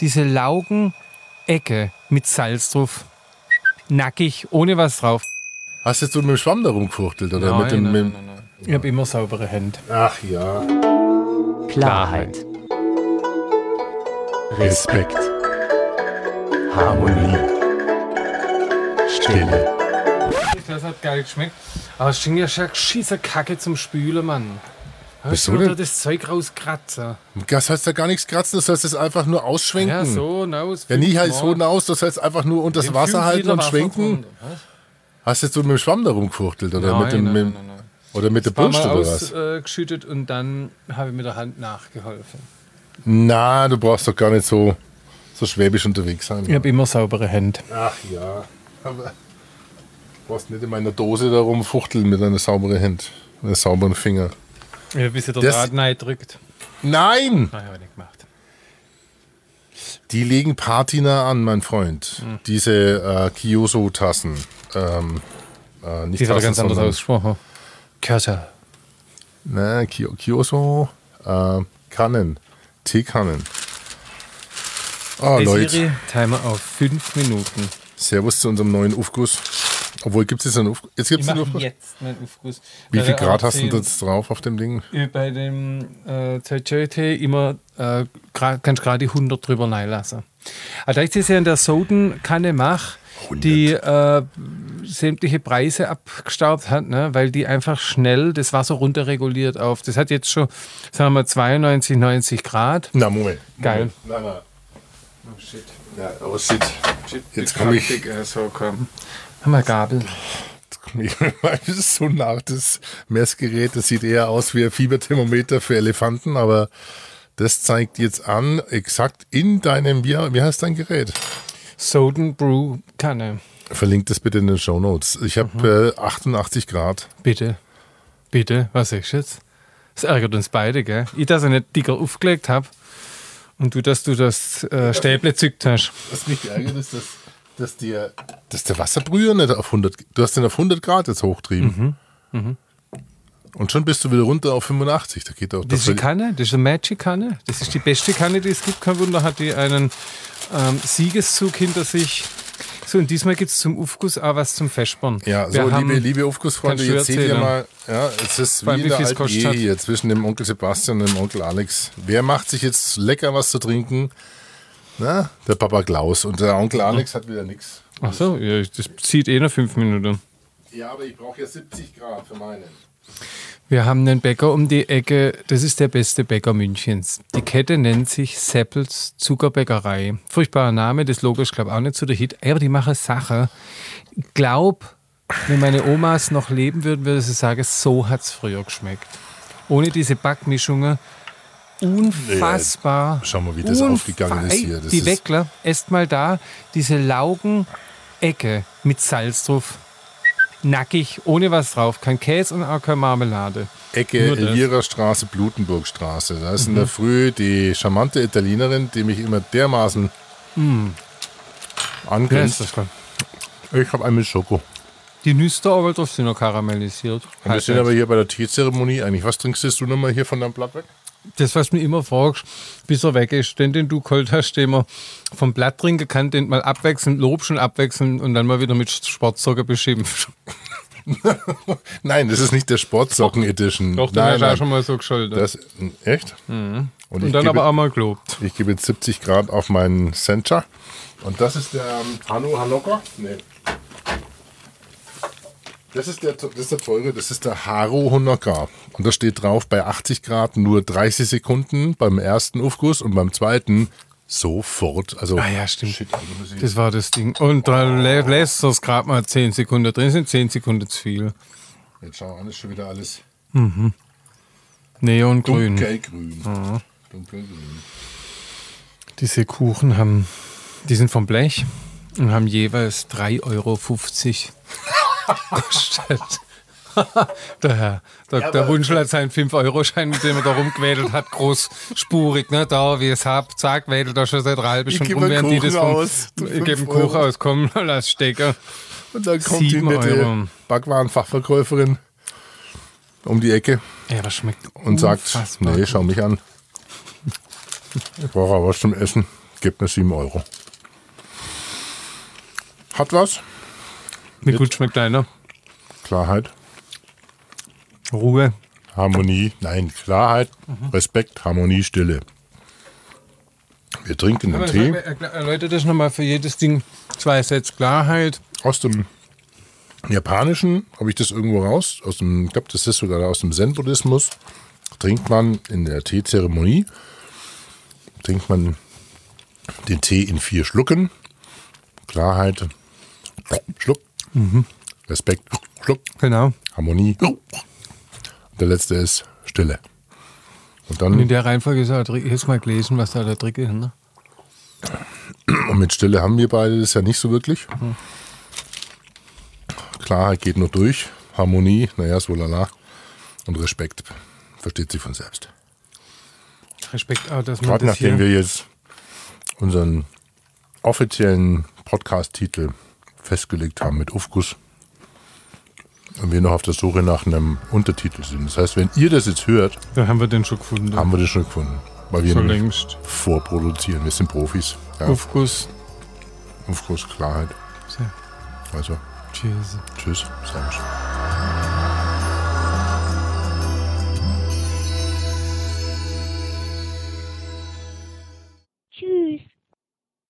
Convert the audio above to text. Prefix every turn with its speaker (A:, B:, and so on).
A: diese Laugenecke mit Salz drauf. Nackig, ohne was drauf.
B: Hast jetzt du mit dem Schwamm da rumgefuchtelt oder mit dem. mit dem-
A: Ich habe immer saubere Hände.
B: Ach ja.
C: Klarheit,
D: Respekt,
C: Harmonie,
D: Stille,
A: Das hat geil geschmeckt. Aber es stinkt ja schon schieße Kacke zum Spülen, Mann. Hast
B: Wieso
A: du da
B: denn?
A: das Zeug rauskratzen?
B: Das heißt ja gar nichts kratzen, das heißt es einfach nur ausschwenken.
A: Ja,
B: Ja,
A: so, naus.
B: nie heißt so aus, das heißt einfach nur unter das Wasser halten und schwenken. Hast jetzt du mit dem Schwamm da rumgefuchtelt oder
A: Nein,
B: mit dem.
A: nein,
B: mit,
A: nein, nein.
B: Oder mit der
A: Ein paar
B: Brust
A: Mal
B: oder was?
A: ausgeschüttet und dann habe ich mit der Hand nachgeholfen.
B: Na, du brauchst doch gar nicht so, so schwäbisch unterwegs sein.
A: habe immer saubere Hände.
B: Ach ja. Aber du brauchst nicht in meiner Dose da rumfuchteln mit einer sauberen Hand, mit einem sauberen Finger.
A: Ja, bis ihr der
B: Das-
A: Draht rein drückt.
B: Nein!
A: Nein, habe ich nicht gemacht.
B: Die legen Patina an, mein Freund.
A: Hm.
B: Diese äh, Kyoso-Tassen. Ähm, äh, nicht
A: Die hat er
B: Tassen,
A: ganz anders
B: sondern-
A: ausgesprochen. Körter.
B: Ne, Ki- Kyoso. Äh, Kannen. Teekannen. Ah, Leute.
A: Siri, Timer auf 5 Minuten.
B: Servus zu unserem neuen Aufguss. Obwohl, gibt es jetzt einen Aufguss? Jetzt
A: Ich
B: gibt's einen
A: mache
B: Aufguss.
A: jetzt meinen Aufguss.
B: Wie
A: Weil
B: viel
A: der
B: Grad hast du
A: Aufsehen-
B: jetzt drauf auf dem Ding?
A: Äh, Bei dem äh, Zerchöte immer äh, gra- kannst gerade die 100 drüber reinlassen. Also ich das ja in der Sodenkanne mache, die äh, sämtliche Preise abgestaubt hat, ne? weil die einfach schnell das Wasser runterreguliert auf. Das hat jetzt schon, sagen wir, 92, 90 Grad.
B: Na, Moment.
A: Geil.
B: Na, na.
A: Oh shit.
B: Ja, oh shit. Jetzt
A: Jetzt
B: komm
A: komme
B: ich.
A: ich. äh, So, komm. Haben wir Gabel.
B: Das ist so ein hartes Messgerät. Das sieht eher aus wie ein Fieberthermometer für Elefanten, aber das zeigt jetzt an, exakt in deinem, wie, wie heißt dein Gerät?
A: Soden Brew Kanne.
B: Verlinkt das bitte in den Show Notes. Ich habe äh, 88 Grad.
A: Bitte. Bitte, was ist jetzt? Das ärgert uns beide, gell? Ich, dass ich nicht dicker aufgelegt habe und du, dass du das äh, Stäble zückt hast.
B: Was mich ärgert, ist, dass, dass, dir, dass der Wasserbrüher nicht auf 100, du hast den auf 100 Grad jetzt hochtrieben. Mhm. Und schon bist du wieder runter auf 85. Da geht auch
A: Das ist die
B: da-
A: Kanne, das ist eine Magic-Kanne. Das ist die beste Kanne, die es gibt. Kein Wunder, hat die einen ähm, Siegeszug hinter sich. So, und diesmal gibt es zum Aufguss auch was zum Festbaren.
B: Ja,
A: Wir
B: so,
A: haben-
B: liebe, liebe Aufgussfreunde,
A: kannst du
B: jetzt seht ihr
A: erzählen.
B: mal, ja, es ist
A: Vor
B: wie
A: allem,
B: in
A: wie
B: der
A: viel es
B: alten
A: kostet
B: Ehe
A: hat.
B: hier zwischen dem Onkel Sebastian und dem Onkel Alex. Wer macht sich jetzt lecker was zu trinken? Na, der Papa Klaus. Und der Onkel Alex hat wieder nichts.
A: Ach so, ja, das zieht eh noch fünf Minuten.
B: Ja, aber ich brauche ja 70 Grad für meinen.
A: Wir haben einen Bäcker um die Ecke, das ist der beste Bäcker Münchens. Die Kette nennt sich Seppels Zuckerbäckerei. Furchtbarer Name, das Logo ist glaube auch nicht so der Hit, aber die machen Sache. Ich glaube, wenn meine Omas noch leben würden, würde sie sagen, so hat es früher geschmeckt. Ohne diese Backmischungen. Unfassbar.
B: schau mal, wie das
A: Unfa-
B: aufgegangen ist hier.
A: Ey,
B: Das
A: die
B: ist-
A: Weckler, esst mal da diese Laugenecke mit Salz drauf. Nackig, ohne was drauf. Kein Käse und auch keine Marmelade.
B: Ecke
A: Nur das. Mhm.
B: Elvira Straße, Blutenburgstraße. Da ist in der Früh die charmante Italienerin, die mich immer dermaßen
A: Mhm.
B: angrenzt. Ich habe einen mit Schoko.
A: Die Nüster aber drauf sind noch karamellisiert.
B: Und wir
A: Halt
B: sind
A: jetzt.
B: aber hier bei der Teezeremonie eigentlich. Was trinkst du nochmal hier von deinem Blatt weg?
A: das, was du mir immer fragst, bis er weg ist, den, den du geholt hast, den man vom Blatt trinken kann, den mal abwechselnd lobst und abwechselnd und dann mal wieder mit Sportsocker beschimpft.
B: Nein, das ist nicht der Sportsocken Edition.
A: Doch, den
B: nein,
A: hast du auch schon mal so geschuldet.
B: Das, echt? Und, ich
A: und dann
B: gebe,
A: aber auch mal gelobt.
B: Ich gebe jetzt 70 Grad auf meinen Sencha. Und das ist der ähm, Hanno Hanoka? Nee. Das ist, der, das ist der teure, das ist der Haro Honoka. Und da steht drauf, bei 80 Grad nur 30 Sekunden beim ersten Aufguss und beim zweiten sofort. Also,
A: Ah ja, stimmt.
B: Shit, also muss ich-
A: Das war das Ding. Und dann lä lässt das gerade mal 10 Sekunden drin, sind 10 Sekunden zu viel.
B: jetzt schau an, ist schon wieder alles
A: Neongrün.
B: dunkelgrün.
A: Mhm.
B: Dunkelgrün.
A: Diese Kuchen haben, die sind vom Blech und haben jeweils 3,50 Euro gekostet. der Herr, der, der Wunschel hat seinen 5-Euro-Schein, mit dem er da rumgewedelt hat, großspurig, ne? Da, wie es habt, zack, wedelt da schon seit einer halben
B: Ich
A: Stunde
B: gebe
A: rum,
B: einen
A: während die das
B: Kuchen
A: vom-
B: aus, du
A: Ich gebe einen
B: fünf
A: Kuchen
B: Euro.
A: aus, komm, lass stecken.
B: Und dann kommt die
A: Sieben Euro.
B: nette Backwarenfachverkäuferin um die Ecke
A: Ja, was schmeckt
B: und sagt,
A: unfassbar
B: nee,
A: gut.
B: schau mich an. Ich brauche aber was zum Essen. Gebt mir 7 Euro. Hat was?
A: Mir gut schmeckt einer.
B: Klarheit,
A: Ruhe.
B: Harmonie. Nein, Klarheit,
A: Mhm.
B: Respekt, Harmonie, Stille. Wir trinken den Tee
A: Erläutert das nochmal für jedes Ding. Zwei Sets Klarheit.
B: aus dem Japanischen, habe ich das irgendwo raus, aus dem, ich glaube, das ist sogar aus dem Zen-Buddhismus, trinkt man in der Teezeremonie, trinkt man den Tee in vier Schlucken. Klarheit, Schluck,
A: Mhm.
B: Respekt, Schluck,
A: Genau.
B: Harmonie. Der letzte ist Stille. Und
A: Und in
B: dann
A: der Reihenfolge ist auch der Trick. Jetzt mal gelesen, was da der Trick ist. Ne?
B: und mit Stille haben wir beide das ja nicht so wirklich.
A: Mhm.
B: Klarheit geht nur durch. Harmonie, naja, so lala. Und Respekt versteht sich von selbst.
A: Respekt auch, dass man
B: Gerade
A: das
B: nachdem
A: hier...
B: wir jetzt unseren offiziellen Podcast-Titel festgelegt haben mit Ufkus und wir noch auf der Suche nach einem Untertitel sind. Das heißt, wenn ihr das jetzt hört,
A: Da haben wir den schon gefunden.
B: haben wir das schon gefunden. Weil wir
A: so
B: nämlich
A: längst.
B: vorproduzieren. Wir sind Profis. Ja, auf,
A: Aufguss.
B: auf große Klarheit.
A: Sehr.
B: Also,
A: Cheers.
B: tschüss. Servus.